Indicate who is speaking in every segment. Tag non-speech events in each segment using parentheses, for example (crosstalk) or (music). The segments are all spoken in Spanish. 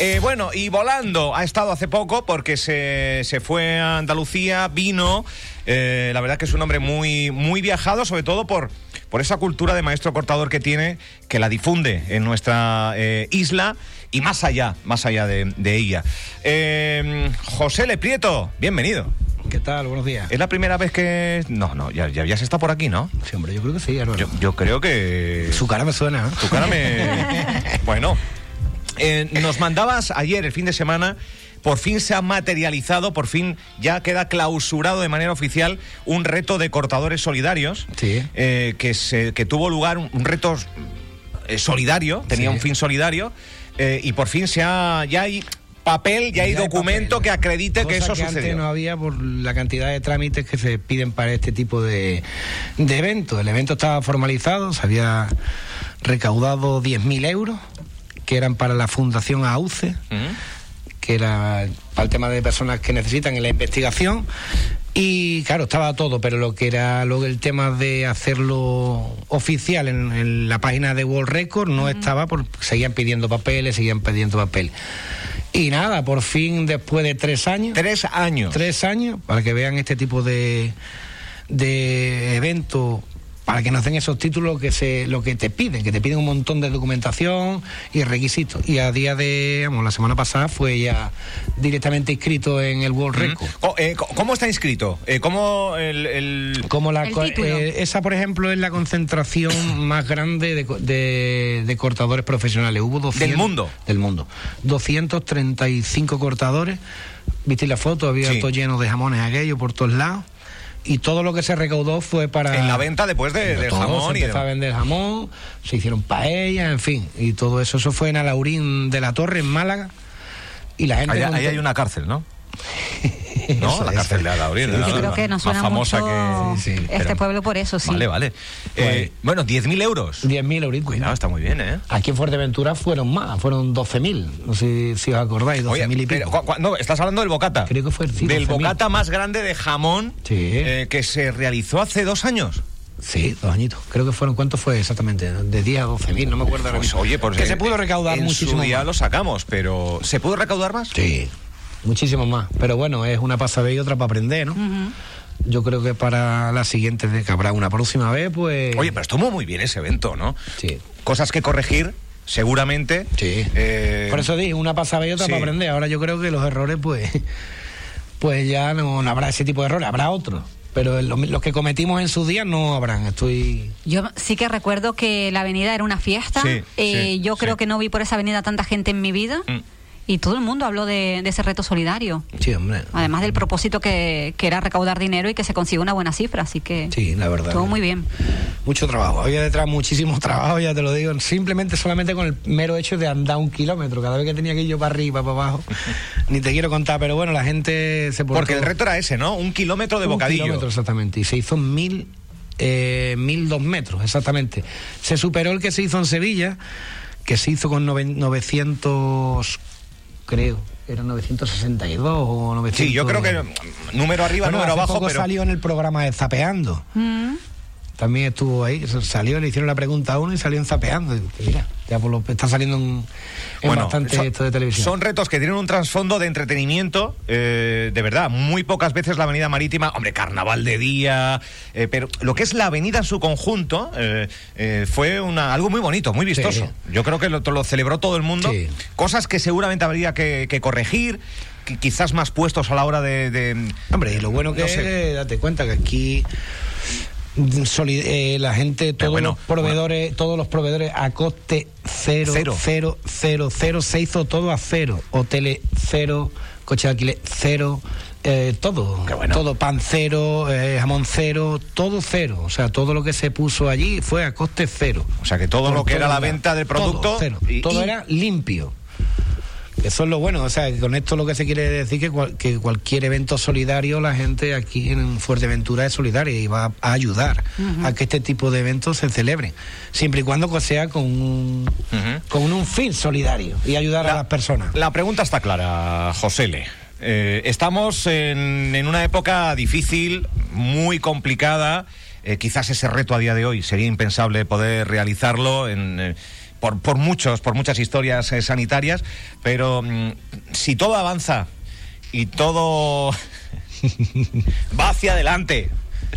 Speaker 1: Eh, bueno, y volando ha estado hace poco porque se, se fue a Andalucía, vino. eh, la verdad que es un hombre muy, muy viajado, sobre todo por, por esa cultura de maestro cortador que tiene, que la difunde en nuestra eh, isla y más allá, más allá de, de ella. Eh, José Le Prieto, bienvenido.
Speaker 2: ¿Qué tal? Buenos días.
Speaker 1: Es la primera vez que. No, no, ya, ya, ya se está por aquí, ¿no?
Speaker 2: Eh, Sí, hombre, yo creo que sí, Álvaro.
Speaker 1: Yo, yo creo que.
Speaker 2: Su cara me suena. ¿eh?
Speaker 1: Tu cara me. Bueno. eh, nos mandabas ayer, el fin de semana. Por fin se ha materializado, por fin ya queda clausurado de manera oficial un reto de cortadores solidarios
Speaker 2: Sí.
Speaker 1: eh, que, se- que tuvo lugar, un, un reto eh, solidario, tenía
Speaker 2: Sí.
Speaker 1: un fin solidario eh, y por fin se ha, ya hay papel, ya hay
Speaker 2: Ya hay
Speaker 1: documento
Speaker 2: papel.
Speaker 1: que acredite que
Speaker 2: Cosa
Speaker 1: eso
Speaker 2: antes
Speaker 1: sucedió.
Speaker 2: no había por la cantidad de trámites que se piden para este tipo de, de eventos. El evento estaba formalizado, se había recaudado 10.000 euros, que eran para la Fundación AUCE,
Speaker 1: Ujú.
Speaker 2: que era para el tema de personas que necesitan en la investigación. Y claro, estaba todo, pero lo que era luego el tema de hacerlo oficial en, en la página de World Record no estaba, porque seguían pidiendo papeles, seguían pidiendo papel. Y nada, por fin, después de tres años,
Speaker 1: Tres años.
Speaker 2: tres años, para que vean este tipo de, de eventos, para que nos den esos títulos que se, lo que te piden, que te piden un montón de documentación y requisitos. Y a día de, vamos, la semana pasada fue ya directamente inscrito en el World Record.
Speaker 1: Co- eh, co- ¿Cómo está inscrito? Eh, ¿Cómo el, el-
Speaker 2: Como la
Speaker 3: El
Speaker 2: co-
Speaker 3: título.
Speaker 2: eh, esa, por ejemplo, es la concentración (coughs) más grande de, co- de- de cortadores profesionales. Hubo 200,
Speaker 1: Del mundo.
Speaker 2: Del mundo. 235 cortadores. ¿Viste la foto? Había
Speaker 1: Sí.
Speaker 2: todo lleno de jamones aquello por todos lados. Y todo lo que se recaudó fue para...
Speaker 1: en la venta después de,
Speaker 2: Pero
Speaker 1: del
Speaker 2: todo,
Speaker 1: jamón
Speaker 2: se
Speaker 1: y
Speaker 2: empezó a
Speaker 1: demás?
Speaker 2: vender jamón, se hicieron paellas, en fin, y todo eso. Eso fue en Alaurín de la Torre, en Málaga. Y la gente
Speaker 1: Ahí, ahí
Speaker 2: montó-
Speaker 1: hay una cárcel,
Speaker 2: (laughs)
Speaker 1: ¿no? No,
Speaker 2: Eso,
Speaker 1: la
Speaker 2: eso.
Speaker 1: cárcel de Alaurín.
Speaker 2: Sí,
Speaker 1: la-
Speaker 2: yo
Speaker 3: Yo
Speaker 1: la-
Speaker 3: creo que
Speaker 1: Ah, más
Speaker 3: nos suena
Speaker 1: famosa
Speaker 3: mucho
Speaker 1: que...
Speaker 2: Sí, sí,
Speaker 3: este
Speaker 1: pero-
Speaker 3: pueblo por
Speaker 2: pues,
Speaker 3: eso, sí.
Speaker 1: Vale, vale. Eh, bueno, 10.000 euros.
Speaker 2: 10.000 euricos.
Speaker 1: Cuidado, está muy bien, ¿eh?
Speaker 2: Aquí en Fuerteventura fueron más, fueron 12.000. No sé si os acordáis, 12.000
Speaker 1: Oye,
Speaker 2: y pico.
Speaker 1: pero cu- cu- no, estás hablando del bocata.
Speaker 2: Creo que fue el- sí,
Speaker 1: Del
Speaker 2: 12.000.
Speaker 1: bocata más grande de jamón
Speaker 2: Sí.
Speaker 1: eh, que se realizó hace dos años.
Speaker 2: Sí, dos añitos. Creo que fueron, ¿cuánto fue exactamente? De 10 a 12.000, no me acuerdo ahora
Speaker 1: Pues,
Speaker 2: mismo.
Speaker 1: oye, por
Speaker 2: Que se pudo recaudar
Speaker 1: en
Speaker 2: muchísimo
Speaker 1: su día
Speaker 2: más.
Speaker 1: lo sacamos, pero ¿se pudo recaudar más?
Speaker 2: Sí, muchísimo más. Pero bueno, es una pasada y otra para aprender, ¿no? Yo creo que para la siguiente vez que habrá una próxima vez, pues...
Speaker 1: Oye, pero estuvo muy bien ese evento, ¿no?
Speaker 2: Sí.
Speaker 1: Cosas que corregir, seguramente.
Speaker 2: Sí.
Speaker 1: Eh,
Speaker 2: Por eso dije, una pasada y otra
Speaker 1: sí.
Speaker 2: para aprender. Ahora yo creo que los errores, pues, (laughs) pues ya no, no habrá ese tipo de errores, habrá otros. Pero lo- los que cometimos en su día no habrán. Estoy.
Speaker 3: Yo sí que recuerdo que la avenida era una fiesta.
Speaker 1: Sí,
Speaker 3: Eh,
Speaker 1: sí,
Speaker 3: yo creo
Speaker 1: sí.
Speaker 3: que no vi por esa avenida tanta gente en mi vida.
Speaker 1: Mm.
Speaker 3: Y todo el mundo habló de, de ese reto solidario.
Speaker 2: Sí, hombre.
Speaker 3: Además del propósito que, que era recaudar dinero y que se consiga una buena cifra. Así que
Speaker 2: Sí, la verdad.
Speaker 3: estuvo muy bien.
Speaker 2: Mucho trabajo. Había detrás muchísimo (laughs) trabajo, ya te lo digo. Simplemente, solamente con el mero hecho de andar un kilómetro. Cada vez que tenía que ir yo para arriba, para
Speaker 3: (laughs)
Speaker 2: abajo. Ni te quiero contar, pero bueno, la gente se portó-
Speaker 1: Porque el reto era ese, ¿no? Un kilómetro de
Speaker 2: Un
Speaker 1: bocadillo.
Speaker 2: kilómetro, exactamente. Y se hizo en mil, eh, mil dos metros, exactamente. Se superó el que se hizo en Sevilla, que se hizo con noven- 900, creo, era 962 o 900.
Speaker 1: Sí, yo creo que número arriba,
Speaker 2: Bueno,
Speaker 1: número
Speaker 2: hace
Speaker 1: abajo,
Speaker 2: poco
Speaker 1: pero.
Speaker 2: salió en el programa de Zapeando.
Speaker 3: Mm,
Speaker 2: También estuvo ahí, eso salió, le hicieron la pregunta a uno y salió en Zapeando. Y mira, ya por lo, está saliendo en, en bastante
Speaker 1: son-
Speaker 2: esto de televisión.
Speaker 1: Son retos que tienen un trasfondo de entretenimiento, eh, de verdad. Muy pocas veces la Avenida Marítima, hombre, carnaval de día, eh, pero lo que es la avenida en su conjunto eh, eh, fue una, algo muy bonito, muy vistoso.
Speaker 2: Sí.
Speaker 1: Yo creo que lo, lo celebró todo el mundo.
Speaker 2: Sí.
Speaker 1: Cosas que seguramente habría que, que corregir, qui- quizás más puestos a la hora de. de-
Speaker 2: Hombre, y lo bueno que
Speaker 1: No
Speaker 2: es,
Speaker 1: sé.
Speaker 2: eh, date cuenta que aquí mm, soli- eh, la gente, todos
Speaker 1: bueno,
Speaker 2: los proveedores, todos los proveedores a coste cero,
Speaker 1: Cero.
Speaker 2: cero, cero, cero, se hizo todo a cero, hoteles cero, coche de alquiler cero, eh, todo,
Speaker 1: Qué bueno.
Speaker 2: todo pan cero, eh, jamón cero, todo cero, o sea, todo lo que se puso allí fue a coste cero.
Speaker 1: O sea, que todo
Speaker 2: Por
Speaker 1: lo que era la
Speaker 2: todos
Speaker 1: venta
Speaker 2: lados.
Speaker 1: del producto.
Speaker 2: Todo, cero.
Speaker 1: y-
Speaker 2: Todo
Speaker 1: y-
Speaker 2: era limpio. Eso es lo bueno, o sea, que con esto lo que se quiere decir que, cual- que cualquier evento solidario, la gente aquí en Fuerteventura es solidaria y va a ayudar a que este tipo de eventos se celebren, siempre y cuando co- sea con un,
Speaker 1: Ujú.
Speaker 2: con un fin solidario y ayudar a las personas.
Speaker 1: La pregunta está clara, Josele. Eh, estamos en, en una época difícil, muy complicada. Eh, quizás ese reto a día de hoy sería impensable poder realizarlo en, eh, por, por muchos, por muchas historias eh, sanitarias, pero mm, si todo avanza y todo (laughs) va hacia adelante,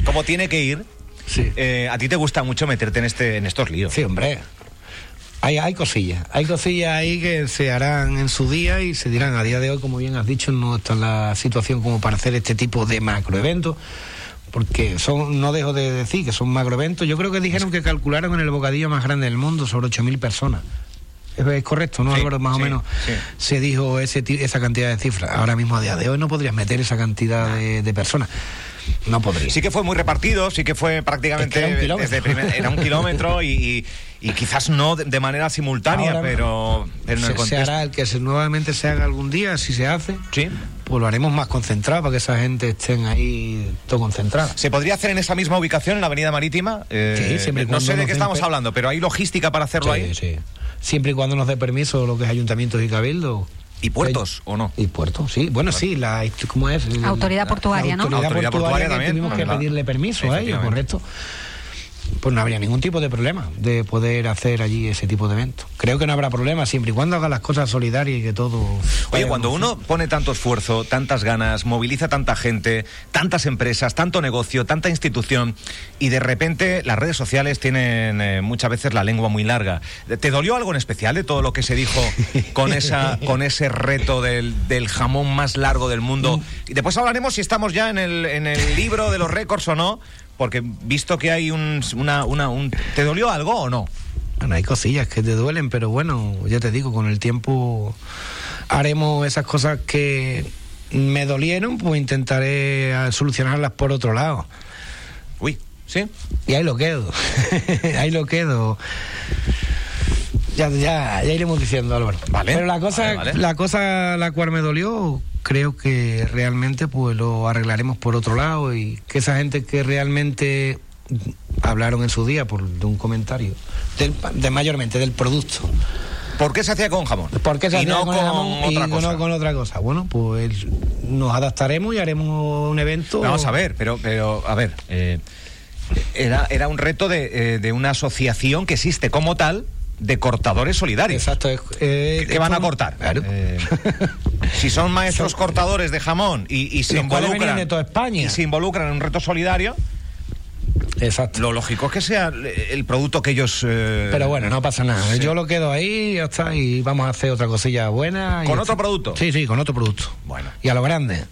Speaker 1: como tiene que ir,
Speaker 2: Sí.
Speaker 1: eh, a ti te gusta mucho meterte en, este, en estos líos.
Speaker 2: Sí, hombre. Hay, hay cosillas, hay cosillas ahí que se harán en su día y se dirán, a día de hoy, como bien has dicho, no está la situación como para hacer este tipo de macroeventos, porque son, no dejo de decir que son macroeventos, yo creo que dijeron que calcularon en el bocadillo más grande del mundo sobre 8.000 personas. Es, es correcto, ¿no,
Speaker 1: Sí,
Speaker 2: Álvaro? Más
Speaker 1: sí,
Speaker 2: o menos
Speaker 1: sí.
Speaker 2: se dijo ese, ti- esa cantidad de cifras. Ahora mismo, a día de hoy, no podrías meter esa cantidad de, de personas. No podrías.
Speaker 1: Sí que fue muy repartido, sí que fue prácticamente
Speaker 2: Es que era un kilómetro.
Speaker 1: desde primer- era un kilómetro y, y- y quizás no de, de manera simultánea,
Speaker 2: Ahora-
Speaker 1: pero, pero en el
Speaker 2: se, se
Speaker 1: contexto.
Speaker 2: hará el que se, nuevamente se haga algún día, si se hace.
Speaker 1: Sí.
Speaker 2: pues lo haremos más concentrado para que esa gente estén ahí todo concentrada.
Speaker 1: ¿Se podría hacer en esa misma ubicación, en la Avenida Marítima? Eh,
Speaker 2: Sí, siempre y
Speaker 1: no
Speaker 2: cuando
Speaker 1: sé de
Speaker 2: nos
Speaker 1: qué
Speaker 2: den
Speaker 1: estamos
Speaker 2: pe-
Speaker 1: hablando, pero hay logística para hacerlo ahí.
Speaker 2: sí. Siempre y cuando nos dé permiso lo que es ayuntamientos y cabildo.
Speaker 1: ¿Y puertos o no?
Speaker 2: Y puertos, sí. Bueno, sí, la, ¿cómo es? La-
Speaker 3: Autoridad
Speaker 2: la-
Speaker 3: portuaria, ¿no?
Speaker 2: la autoridad,
Speaker 1: Autoridad
Speaker 2: portuaria,
Speaker 1: portuaria
Speaker 2: que
Speaker 1: también,
Speaker 2: Tuvimos que
Speaker 1: claro.
Speaker 2: pedirle permiso a ellos,
Speaker 1: Efectivamente.
Speaker 2: correcto. Pues no habría ningún tipo de problema de poder hacer allí ese tipo de eventos. Creo que no habrá problema siempre y cuando haga las cosas solidarias y que todo.
Speaker 1: Oye,
Speaker 2: vaya
Speaker 1: cuando
Speaker 2: como-
Speaker 1: uno pone tanto esfuerzo, tantas ganas, moviliza tanta gente, tantas empresas, tanto negocio, tanta institución, y de repente las redes sociales tienen eh, muchas veces la lengua muy larga. ¿Te dolió algo en especial de todo lo que se dijo con,
Speaker 2: (laughs)
Speaker 1: esa, con ese reto del, del jamón más largo del mundo?
Speaker 2: Mm.
Speaker 1: Y después hablaremos si estamos ya en el, en el libro de los récords o no, porque visto que hay un, una, una- un... ¿Te dolió algo o no?
Speaker 2: Bueno, hay cosillas que te duelen, pero bueno, ya te digo, con el tiempo haremos esas cosas que me dolieron, pues intentaré ah, solucionarlas por otro lado.
Speaker 1: Uy, ¿sí?
Speaker 2: Y ahí lo quedo, (laughs) ahí lo quedo. Ya, ya, ya iremos diciendo, Álvaro.
Speaker 1: Vale,
Speaker 2: Pero la cosa,
Speaker 1: vale, vale.
Speaker 2: la cosa la cual me dolió, creo que realmente pues lo arreglaremos por otro lado y que esa gente que realmente hablaron en su día por de un comentario, del- de mayormente del producto.
Speaker 1: ¿Por qué se hacía con jamón?
Speaker 2: ¿Por qué se
Speaker 1: y
Speaker 2: hacía
Speaker 1: no con,
Speaker 2: con, el jamón y
Speaker 1: otra
Speaker 2: no
Speaker 1: cosa.
Speaker 2: con otra cosa? Bueno, pues nos adaptaremos y haremos un evento.
Speaker 1: Vamos a ver, pero, pero a ver, eh, era, era un reto de, eh, de una asociación que existe como tal de cortadores solidarios.
Speaker 2: Exacto. es- eh,
Speaker 1: que
Speaker 2: es
Speaker 1: van a
Speaker 2: como-
Speaker 1: cortar?
Speaker 2: Claro. (laughs)
Speaker 1: Eh, si son maestros cortadores de jamón y, y se
Speaker 2: Los cuales
Speaker 1: involucran
Speaker 2: vienen de toda España.
Speaker 1: y se involucran en un reto solidario,
Speaker 2: Exacto.
Speaker 1: lo lógico es que sea eh, el producto que ellos. eh,
Speaker 2: Pero bueno, no pasa nada.
Speaker 1: sí.
Speaker 2: Yo lo quedo ahí, ya está, y vamos a hacer otra cosilla buena. y
Speaker 1: ¿Con
Speaker 2: ya
Speaker 1: otro
Speaker 2: está.
Speaker 1: producto?
Speaker 2: Sí, sí, con otro producto.
Speaker 1: Bueno.
Speaker 2: Y a lo grande.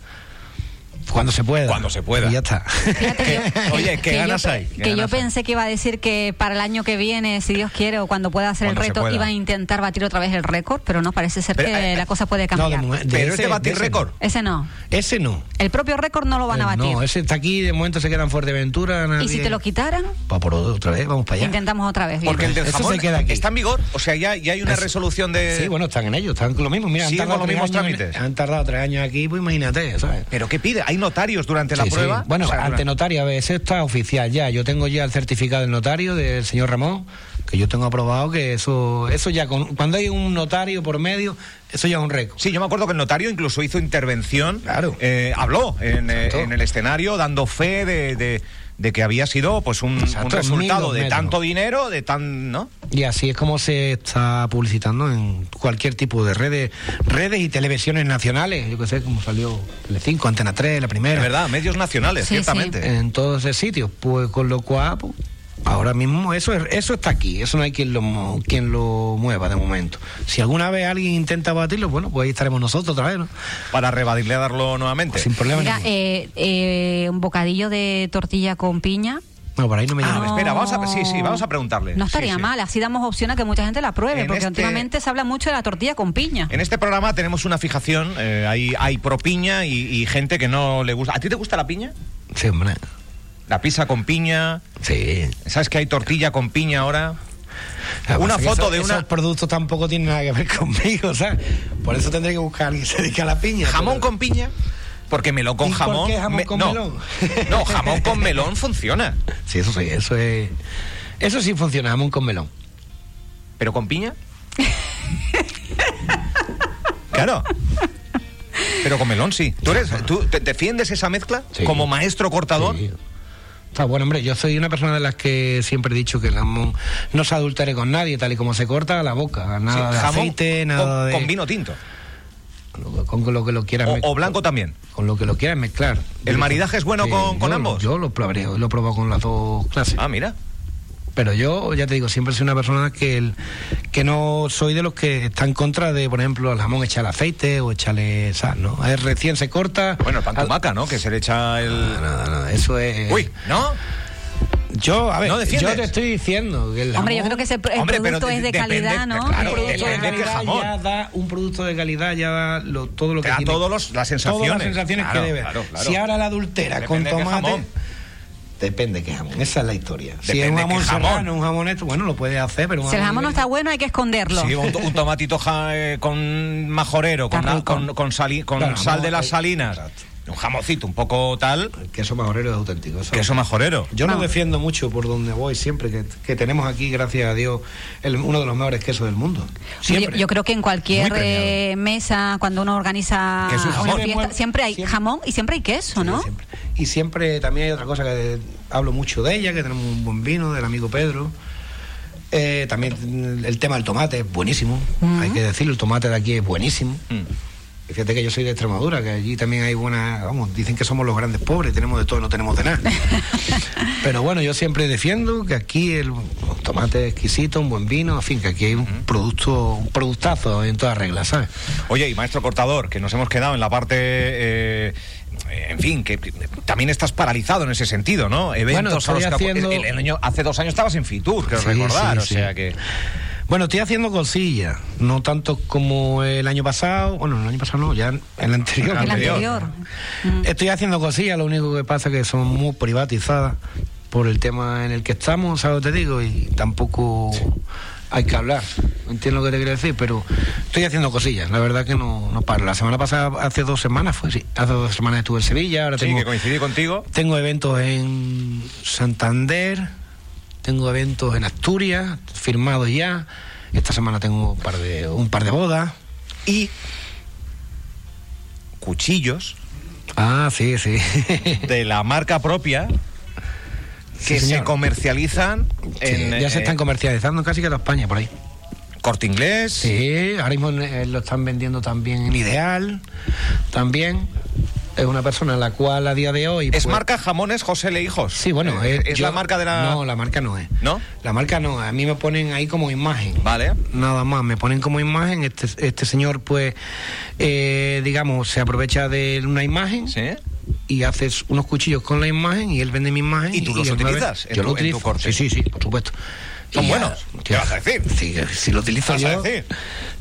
Speaker 2: Cuando se pueda.
Speaker 1: Cuando se pueda.
Speaker 2: Y ya está. (laughs)
Speaker 1: que- (laughs) oye, ¿qué
Speaker 3: yo
Speaker 1: ganas
Speaker 3: pe-
Speaker 1: hay? ¿Qué
Speaker 3: (laughs) Que yo
Speaker 1: ganas hay?
Speaker 3: pensé que iba a decir que para el año que viene, si Dios quiere o cuando pueda hacer
Speaker 1: Cuando se
Speaker 3: el reto,
Speaker 1: pueda.
Speaker 3: iba a intentar batir otra vez el récord, pero no, parece ser
Speaker 1: Pero,
Speaker 3: que
Speaker 1: eh,
Speaker 3: la cosa puede
Speaker 2: No,
Speaker 3: cambiar.
Speaker 2: de momento- de
Speaker 1: Pero es
Speaker 2: ese-
Speaker 1: de
Speaker 2: de
Speaker 1: batir
Speaker 2: ese no.
Speaker 1: récord.
Speaker 3: Ese no.
Speaker 2: Ese no.
Speaker 3: El propio récord no lo van a
Speaker 2: Eh,
Speaker 3: batir.
Speaker 2: No, ese está aquí, de momento se queda en Fuerteventura.
Speaker 3: y si
Speaker 2: nadie-
Speaker 3: te lo quitaran,
Speaker 2: Pa' por otra vez, vamos para allá.
Speaker 3: intentamos otra vez. bien.
Speaker 1: Porque el del
Speaker 2: Eso se
Speaker 1: jamón
Speaker 2: queda aquí.
Speaker 1: está en vigor, o sea, ya, ya hay una
Speaker 2: Eso.
Speaker 1: resolución de.
Speaker 2: Sí, bueno, están en ellos, están con lo mismo. Mira, han
Speaker 1: Siguen
Speaker 2: tardado,
Speaker 1: con los
Speaker 2: tres
Speaker 1: mismos
Speaker 2: años en-
Speaker 1: trámites.
Speaker 2: han tardado tres años aquí, pues imagínate, ¿sabes?
Speaker 1: ¿Pero qué pide? ¿Hay notarios durante la
Speaker 2: Sí, sí.
Speaker 1: prueba?
Speaker 2: Bueno,
Speaker 1: O sea,
Speaker 2: ante
Speaker 1: durante-
Speaker 2: notario, a ver, eso está oficial ya. Yo tengo ya el certificado del notario del señor Ramón, que yo tengo aprobado que eso, eso ya, con- cuando hay un notario por medio, eso ya es un récord.
Speaker 1: Sí, yo me acuerdo que el notario incluso hizo intervención.
Speaker 2: Claro.
Speaker 1: eh, habló en, eh,
Speaker 2: Exacto.
Speaker 1: en el escenario dando fe de, de- de que había sido pues un, un
Speaker 2: Exacto,
Speaker 1: resultado
Speaker 2: mil
Speaker 1: de
Speaker 2: metros.
Speaker 1: tanto dinero, de tan. ¿No?
Speaker 2: Y así es como se está publicitando en cualquier tipo de redes, redes y televisiones nacionales. Yo que sé, como salió Telecinco, Antena 3,
Speaker 1: De
Speaker 2: la primera.
Speaker 1: verdad, medios nacionales,
Speaker 3: Sí,
Speaker 1: ciertamente.
Speaker 2: en todos esos sitios. Pues con lo cual, pues, ahora mismo eso es- eso está aquí, eso no hay quien lo, mo- quien lo mueva de momento. Si alguna vez alguien intenta batirlo, bueno, pues ahí estaremos nosotros otra vez, ¿no?
Speaker 1: Para revalidadlo nuevamente.
Speaker 2: Pues Sin problema.
Speaker 3: Mira,
Speaker 2: ninguno.
Speaker 3: eh, eh, un bocadillo de tortilla con piña.
Speaker 2: no, por ahí no me
Speaker 1: Ah,
Speaker 2: llama.
Speaker 1: ves. espera, vamos a- sí, sí, vamos a preguntarle.
Speaker 3: No
Speaker 1: Sí,
Speaker 3: estaría
Speaker 1: sí.
Speaker 3: mal, así damos opción a que mucha gente la pruebe,
Speaker 1: En
Speaker 3: porque
Speaker 1: este-
Speaker 3: últimamente se habla mucho de la tortilla con piña.
Speaker 1: En este programa tenemos una fijación, eh, hay, hay propiña y, y gente que no le gusta. ¿A ti te gusta la piña?
Speaker 2: Sí, hombre.
Speaker 1: La pizza con piña.
Speaker 2: Sí.
Speaker 1: ¿Sabes que hay tortilla con piña ahora?
Speaker 2: Lo que
Speaker 1: Una
Speaker 2: pasa es que
Speaker 1: foto
Speaker 2: eso-
Speaker 1: de una-
Speaker 2: Esos productos tampoco tienen nada que ver (laughs) conmigo, ¿sabes? Por eso tendré que buscar a alguien que se dedique a la piña.
Speaker 1: ¿Jamón
Speaker 2: pero-
Speaker 1: con piña? Porque melón con
Speaker 2: ¿Y por
Speaker 1: jamón.
Speaker 2: qué jamón con
Speaker 1: no.
Speaker 2: melón?
Speaker 1: No, jamón con melón funciona.
Speaker 2: Sí, eso sí, eso es. Eso sí funciona, jamón con melón.
Speaker 1: ¿Pero con piña? claro. Pero con melón sí. ¿Tú, eres, tú te- defiendes esa mezcla
Speaker 2: Sí.
Speaker 1: como maestro cortador?
Speaker 2: Sí. está bueno. Hombre, yo soy una persona de las que siempre he dicho que el jamón no se adultere con nadie, tal y como se corta a la boca. Nada
Speaker 1: Sí,
Speaker 2: de
Speaker 1: jamón
Speaker 2: aceite,
Speaker 1: con-
Speaker 2: nada de.
Speaker 1: con vino tinto.
Speaker 2: Con, con lo que lo quieras
Speaker 1: O,
Speaker 2: mez-
Speaker 1: o blanco también.
Speaker 2: Con lo que lo quieras mezclar.
Speaker 1: ¿El maridaje es bueno con- con
Speaker 2: yo-
Speaker 1: ambos?
Speaker 2: Yo lo probaré, lo he probado con las dos clases.
Speaker 1: Ah, mira.
Speaker 2: Pero yo, ya te digo, siempre soy una persona que, el- que no soy de los que está en contra de, por ejemplo, al jamón echarle aceite o echarle sal, ¿no? Es recién se corta. Ah,
Speaker 1: Bueno, el pan
Speaker 2: al-
Speaker 1: tumaca, ¿no? Que se le echa el.
Speaker 2: No, no, no, eso es.
Speaker 1: Uy, ¿no?
Speaker 2: Yo, a ver,
Speaker 1: ¿No defiendes?
Speaker 2: yo te estoy diciendo que el
Speaker 3: Hombre, yo
Speaker 2: jamón-
Speaker 3: creo que ese pr- el
Speaker 1: Hombre, pero
Speaker 3: producto
Speaker 1: de-
Speaker 3: es de
Speaker 1: depende-
Speaker 3: calidad, ¿no?
Speaker 1: claro,
Speaker 3: El producto
Speaker 1: depende
Speaker 3: es de
Speaker 1: qué
Speaker 3: calidad.
Speaker 1: jamón.
Speaker 2: Ya da un producto de calidad, ya da lo- todo lo
Speaker 1: Te
Speaker 2: que
Speaker 1: da
Speaker 2: tiene.
Speaker 1: todos los- las sensaciones.
Speaker 2: Todas las sensaciones
Speaker 1: Claro,
Speaker 2: que debe.
Speaker 1: claro, claro.
Speaker 2: Si ahora la adultera
Speaker 1: Depende de
Speaker 2: con
Speaker 1: qué
Speaker 2: tomate.
Speaker 1: jamón.
Speaker 2: Depende qué jamón. Esa es la historia. si
Speaker 1: Depende
Speaker 2: es un
Speaker 1: qué
Speaker 2: jamón
Speaker 1: jamón.
Speaker 2: serrano, un jamón esto, bueno, lo puedes hacer, pero un
Speaker 3: Si el jamón no
Speaker 2: ibérico-
Speaker 3: está bueno, hay que esconderlo.
Speaker 1: Sí, un, to- un tomatito ja- eh, con majorero, con,
Speaker 3: Está
Speaker 1: na-
Speaker 3: rico.
Speaker 1: con, con sali- con
Speaker 2: Claro,
Speaker 1: sal
Speaker 2: no,
Speaker 1: de las
Speaker 2: eh,
Speaker 1: salinas.
Speaker 2: exacto.
Speaker 1: Un jamoncito, un poco tal.
Speaker 2: El queso majorero es auténtico. eso-
Speaker 1: Queso majorero.
Speaker 2: Yo lo
Speaker 3: Vamos.
Speaker 2: defiendo mucho por donde voy siempre, que, que tenemos aquí, gracias a Dios, el- uno de los mejores quesos del mundo.
Speaker 3: Yo,
Speaker 2: Siempre.
Speaker 3: yo creo que en
Speaker 2: Muy
Speaker 3: cualquier
Speaker 2: premiado.
Speaker 3: eh, mesa, cuando uno organiza
Speaker 1: Que es un
Speaker 3: una
Speaker 1: jamón.
Speaker 3: fiesta, siempre hay
Speaker 2: Siempre.
Speaker 3: jamón y siempre hay queso,
Speaker 2: Sí,
Speaker 3: ¿no?
Speaker 2: siempre. Y siempre también hay otra cosa que hablo mucho de ella, que tenemos un buen vino del amigo Pedro. Eh, también el tema del tomate es buenísimo, hay que decirlo, el tomate de aquí es buenísimo.
Speaker 1: Mm.
Speaker 2: Y Fíjate que yo soy de Extremadura, que allí también hay buena, vamos, dicen que somos los grandes pobres, tenemos de todo, no tenemos de nada. Pero bueno, yo siempre defiendo que aquí el, un tomate exquisito, un buen vino, en fin, que aquí hay un producto, un productazo en todas reglas, ¿sabes?
Speaker 1: Oye, y maestro cortador, que nos hemos quedado en la parte. eh, en fin, que, que también estás paralizado en ese sentido, ¿no? Eventos a
Speaker 2: estoy
Speaker 1: los que-
Speaker 2: haciendo-
Speaker 1: el- el año- hace dos años estabas en Fitur, creo
Speaker 2: Sí,
Speaker 1: recordar.
Speaker 2: sí,
Speaker 1: o sea
Speaker 2: sí.
Speaker 1: que.
Speaker 2: Bueno, estoy haciendo cosillas, no tanto como el año pasado, bueno, el año pasado no, ya en el anterior. Mm.
Speaker 1: El
Speaker 3: El
Speaker 1: anterior.
Speaker 3: anterior. Mm.
Speaker 2: Estoy haciendo cosillas, lo único que pasa es que son muy privatizadas por el tema en el que estamos, ¿sabes lo que te digo? Y tampoco hay que hablar, entiendo lo que te quiero decir, pero estoy haciendo cosillas, la verdad que no, no paro. La semana pasada, hace dos semanas fue, sí, hace dos semanas estuve en Sevilla, ahora
Speaker 1: Sí,
Speaker 2: tengo...
Speaker 1: que coincidí contigo.
Speaker 2: Tengo eventos en Santander, tengo eventos en Asturias, firmados ya. Esta semana tengo un par de, un par de bodas.
Speaker 1: Y. Cuchillos
Speaker 2: Ah, sí, (laughs) sí.
Speaker 1: de la marca propia
Speaker 2: Sí,
Speaker 1: que se
Speaker 2: señor.
Speaker 1: comercializan en.
Speaker 2: Sí, ya se
Speaker 1: eh,
Speaker 2: están comercializando casi que toda España por ahí.
Speaker 1: Corte inglés.
Speaker 2: Sí, ahora mismo eh, lo están vendiendo también en Ideal. También es una persona a la cual a día de hoy.
Speaker 1: Es
Speaker 2: pues-
Speaker 1: marca Jamones José Le Hijos.
Speaker 2: Sí, bueno,
Speaker 1: Eh,
Speaker 2: eh,
Speaker 1: es
Speaker 2: yo-
Speaker 1: la marca de la.
Speaker 2: No, la marca no es.
Speaker 1: ¿No?
Speaker 2: La marca no, a mí me ponen ahí como imagen.
Speaker 1: Vale.
Speaker 2: Nada más, me ponen como imagen, este, este señor pues, eh, digamos, se aprovecha de una imagen
Speaker 1: Sí.
Speaker 2: y haces unos cuchillos con la imagen y él vende mi imagen.
Speaker 1: ¿Y tú los
Speaker 2: él me
Speaker 1: utilizas
Speaker 2: ve-
Speaker 1: en
Speaker 2: Yo
Speaker 1: tu-
Speaker 2: lo
Speaker 1: en tu
Speaker 2: utilizo.
Speaker 1: corte?
Speaker 2: Sí, sí, sí, por supuesto.
Speaker 1: Son
Speaker 2: Y ya,
Speaker 1: buenos, ¿qué vas a decir?
Speaker 2: Sí, Si, lo utilizo
Speaker 1: ¿Qué vas a
Speaker 2: yo-
Speaker 1: decir?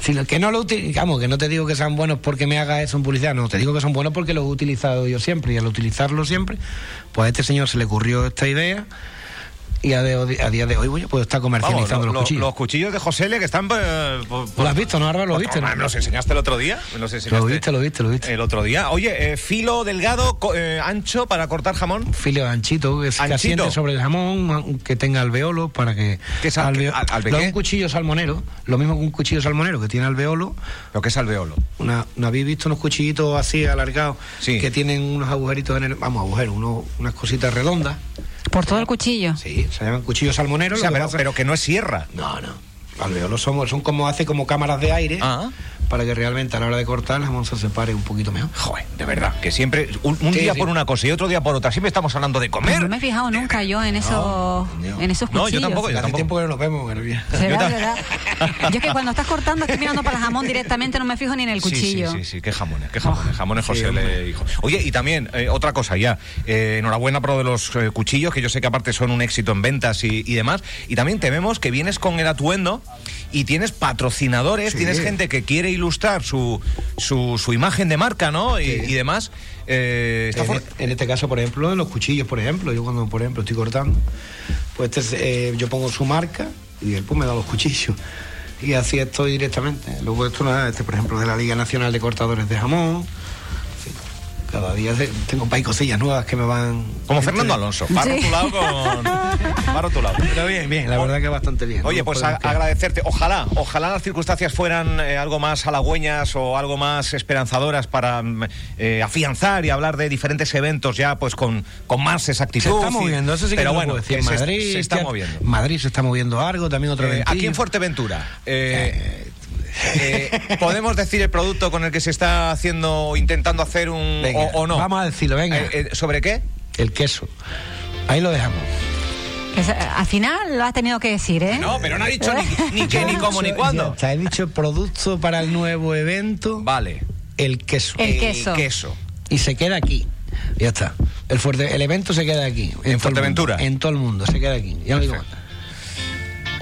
Speaker 2: Si lo, que no lo utilizo, digamos, que no te digo que sean buenos porque me haga eso en publicidad, no, te digo que son buenos porque los he utilizado yo siempre y al utilizarlo siempre, pues a este señor se le ocurrió esta idea y a, de- a día de hoy, bueno, pues está
Speaker 1: Vamos,
Speaker 2: comercializando
Speaker 1: lo-
Speaker 2: los
Speaker 1: lo-
Speaker 2: cuchillos.
Speaker 1: los cuchillos de José Le que están. eh, por- por-
Speaker 2: ¿Lo has visto, no, Álvaro? ¿Lo
Speaker 1: Pues,
Speaker 2: viste?
Speaker 1: no,
Speaker 2: no?
Speaker 1: ¿Me los enseñaste el otro día? ¿Me los enseñaste
Speaker 2: Lo viste, lo viste, lo viste.
Speaker 1: El otro día. Oye, eh, filo delgado, co- eh, ancho para cortar jamón.
Speaker 2: Filio anchito, que, se
Speaker 1: Anchito.
Speaker 2: asiente sobre el jamón, que tenga alveolo para que...
Speaker 1: ¿Qué sal- qué- al- albe-
Speaker 2: Lo de
Speaker 1: qué?
Speaker 2: un cuchillo salmonero, lo mismo que un cuchillo salmonero que tiene alveolo.
Speaker 1: Lo que es alveolo.
Speaker 2: Una, ¿No habéis visto unos cuchillitos así alargados
Speaker 1: Sí.
Speaker 2: que tienen unos agujeritos en el... Vamos, agujeros, unos- unas cositas redondas?
Speaker 3: Por todo el cuchillo.
Speaker 2: Sí, se llaman cuchillos
Speaker 1: O
Speaker 2: salmoneros.
Speaker 1: sea,
Speaker 2: lo que
Speaker 1: pero,
Speaker 2: pasa-
Speaker 1: pero que no es sierra.
Speaker 2: No, no. Alveolo somos, son como hace como cámaras de aire
Speaker 1: Ah.
Speaker 2: para que realmente a la hora de cortar el jamón se separe un poquito mejor.
Speaker 1: Joder, de verdad. Que siempre, un, un
Speaker 2: Sí,
Speaker 1: día
Speaker 2: sí.
Speaker 1: por una cosa y otro día por otra. Siempre estamos hablando de
Speaker 3: Pues
Speaker 1: comer.
Speaker 3: no me he fijado nunca yo en esos,
Speaker 2: no.
Speaker 3: en esos
Speaker 1: No,
Speaker 3: cuchillos.
Speaker 1: yo tampoco, yo
Speaker 2: Hace
Speaker 1: tampoco.
Speaker 2: tiempo que no nos vemos,
Speaker 1: (laughs)
Speaker 2: García.
Speaker 3: ¿Será,
Speaker 1: Yo tam-
Speaker 3: verdad? Yo es que cuando estás cortando estoy mirando para el jamón directamente, no me fijo ni en el
Speaker 1: Sí,
Speaker 3: cuchillo. Oh.
Speaker 1: Sí, sí, sí, qué jamones, qué jamones, jamones
Speaker 2: Sí,
Speaker 1: José
Speaker 2: hombre.
Speaker 1: le dijo. Oye, y también, eh, otra cosa ya, eh, enhorabuena por lo de los eh, cuchillos, que yo sé que aparte son un éxito en ventas y, y demás, y también te vemos que vienes con el atuendo y tienes patrocinadores,
Speaker 2: Sí.
Speaker 1: tienes gente que quiere ilustrar su, su, su imagen de marca, ¿no? Y,
Speaker 2: Sí.
Speaker 1: y demás. Eh, está
Speaker 2: en,
Speaker 1: for-
Speaker 2: e- en este caso, por ejemplo, en los cuchillos, por ejemplo, yo cuando, por ejemplo, estoy cortando, pues este es, eh, yo pongo su marca y él pues, me da los cuchillos. Y así estoy directamente. Luego esto, nada, este, por ejemplo, de la Liga Nacional de Cortadores de Jamón. en fin, Cada día se- tengo país cosillas nuevas que me van.
Speaker 1: Como Fernando Alonso. Barro
Speaker 3: Sí.
Speaker 1: tu lado con. Barro tu lado.
Speaker 2: eh, Pero bien, bien, la
Speaker 1: O-
Speaker 2: verdad que bastante bien.
Speaker 1: Oye,
Speaker 2: No
Speaker 1: pues
Speaker 2: podemos
Speaker 1: a-
Speaker 2: quejar.
Speaker 1: agradecerte. Ojalá, ojalá las circunstancias fueran eh, algo más halagüeñas o algo más esperanzadoras para mm, eh, afianzar y hablar de diferentes eventos ya, pues con, con más
Speaker 2: Se
Speaker 1: exactitud.
Speaker 2: está
Speaker 1: y-
Speaker 2: moviendo, eso sí que
Speaker 1: Pero
Speaker 2: no
Speaker 1: bueno,
Speaker 2: puedo decir.
Speaker 1: que se-
Speaker 2: Madrid
Speaker 1: se, está
Speaker 2: tía-
Speaker 1: moviendo.
Speaker 2: Madrid se está moviendo algo, también otro
Speaker 1: Eh, aquí
Speaker 2: ventillo.
Speaker 1: en Fuerteventura. eh, eh, ¿Podemos decir el producto con el que se está haciendo o intentando hacer un.
Speaker 2: Venga,
Speaker 1: o, o no?
Speaker 2: Vamos a decirlo, venga.
Speaker 1: Eh, eh, ¿Sobre qué?
Speaker 2: el queso. Ahí lo dejamos.
Speaker 3: Que se- eh, al final lo has tenido que decir, ¿eh?
Speaker 1: No, pero no ha dicho ni, ni qué,
Speaker 3: (laughs)
Speaker 1: ni cómo, ni
Speaker 2: Yo- ya
Speaker 1: cuándo.
Speaker 2: está, he dicho producto para el nuevo evento,
Speaker 1: Vale. Eh,
Speaker 2: el queso.
Speaker 3: El queso.
Speaker 1: queso.
Speaker 2: Y se queda aquí. Ya está. El, fuerte, el evento se queda aquí.
Speaker 1: En
Speaker 2: todo el
Speaker 1: Fuerteventura.
Speaker 2: mundo, En todo el mundo, se queda aquí. Ya no digo más.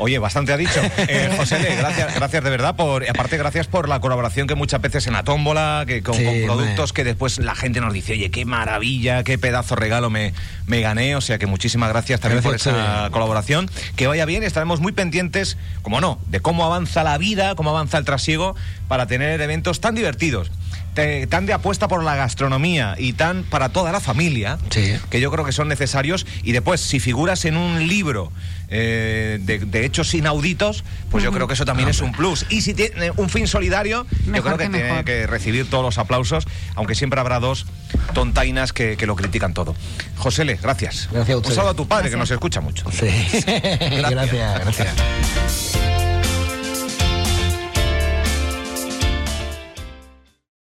Speaker 1: Oye, bastante ha
Speaker 2: (laughs)
Speaker 1: dicho. Eh, José, Le, gracias, gracias de verdad por, y aparte gracias por la colaboración que muchas veces en la tómbola, que con,
Speaker 2: Sí,
Speaker 1: con productos
Speaker 2: hombre.
Speaker 1: que después la gente nos dice, oye, qué maravilla, qué pedazo regalo me, me gané. O sea que muchísimas gracias también
Speaker 2: Gracias
Speaker 1: por
Speaker 2: a
Speaker 1: esa
Speaker 2: ustedes.
Speaker 1: colaboración. Que vaya bien, estaremos muy pendientes, como no, de cómo avanza la vida, cómo avanza el trasiego, para tener eventos tan divertidos. te- tan de apuesta por la gastronomía y tan para toda la familia
Speaker 2: Sí.
Speaker 1: que yo creo que son necesarios. Y después, si figuras en un libro eh, de, de hechos inauditos, pues yo creo que eso también es un plus. Y si tiene un fin solidario, yo
Speaker 3: Mejor
Speaker 1: creo que,
Speaker 3: que
Speaker 1: tiene
Speaker 3: mejor.
Speaker 1: que recibir todos los aplausos, aunque siempre habrá dos tontainas que, que lo critican todo. José Le, gracias.
Speaker 2: Gracias
Speaker 1: un
Speaker 2: a ustedes. (laughs)
Speaker 1: saludo a tu padre, que nos
Speaker 3: Gracias.
Speaker 1: escucha mucho.
Speaker 2: Sí. gracias. gracias.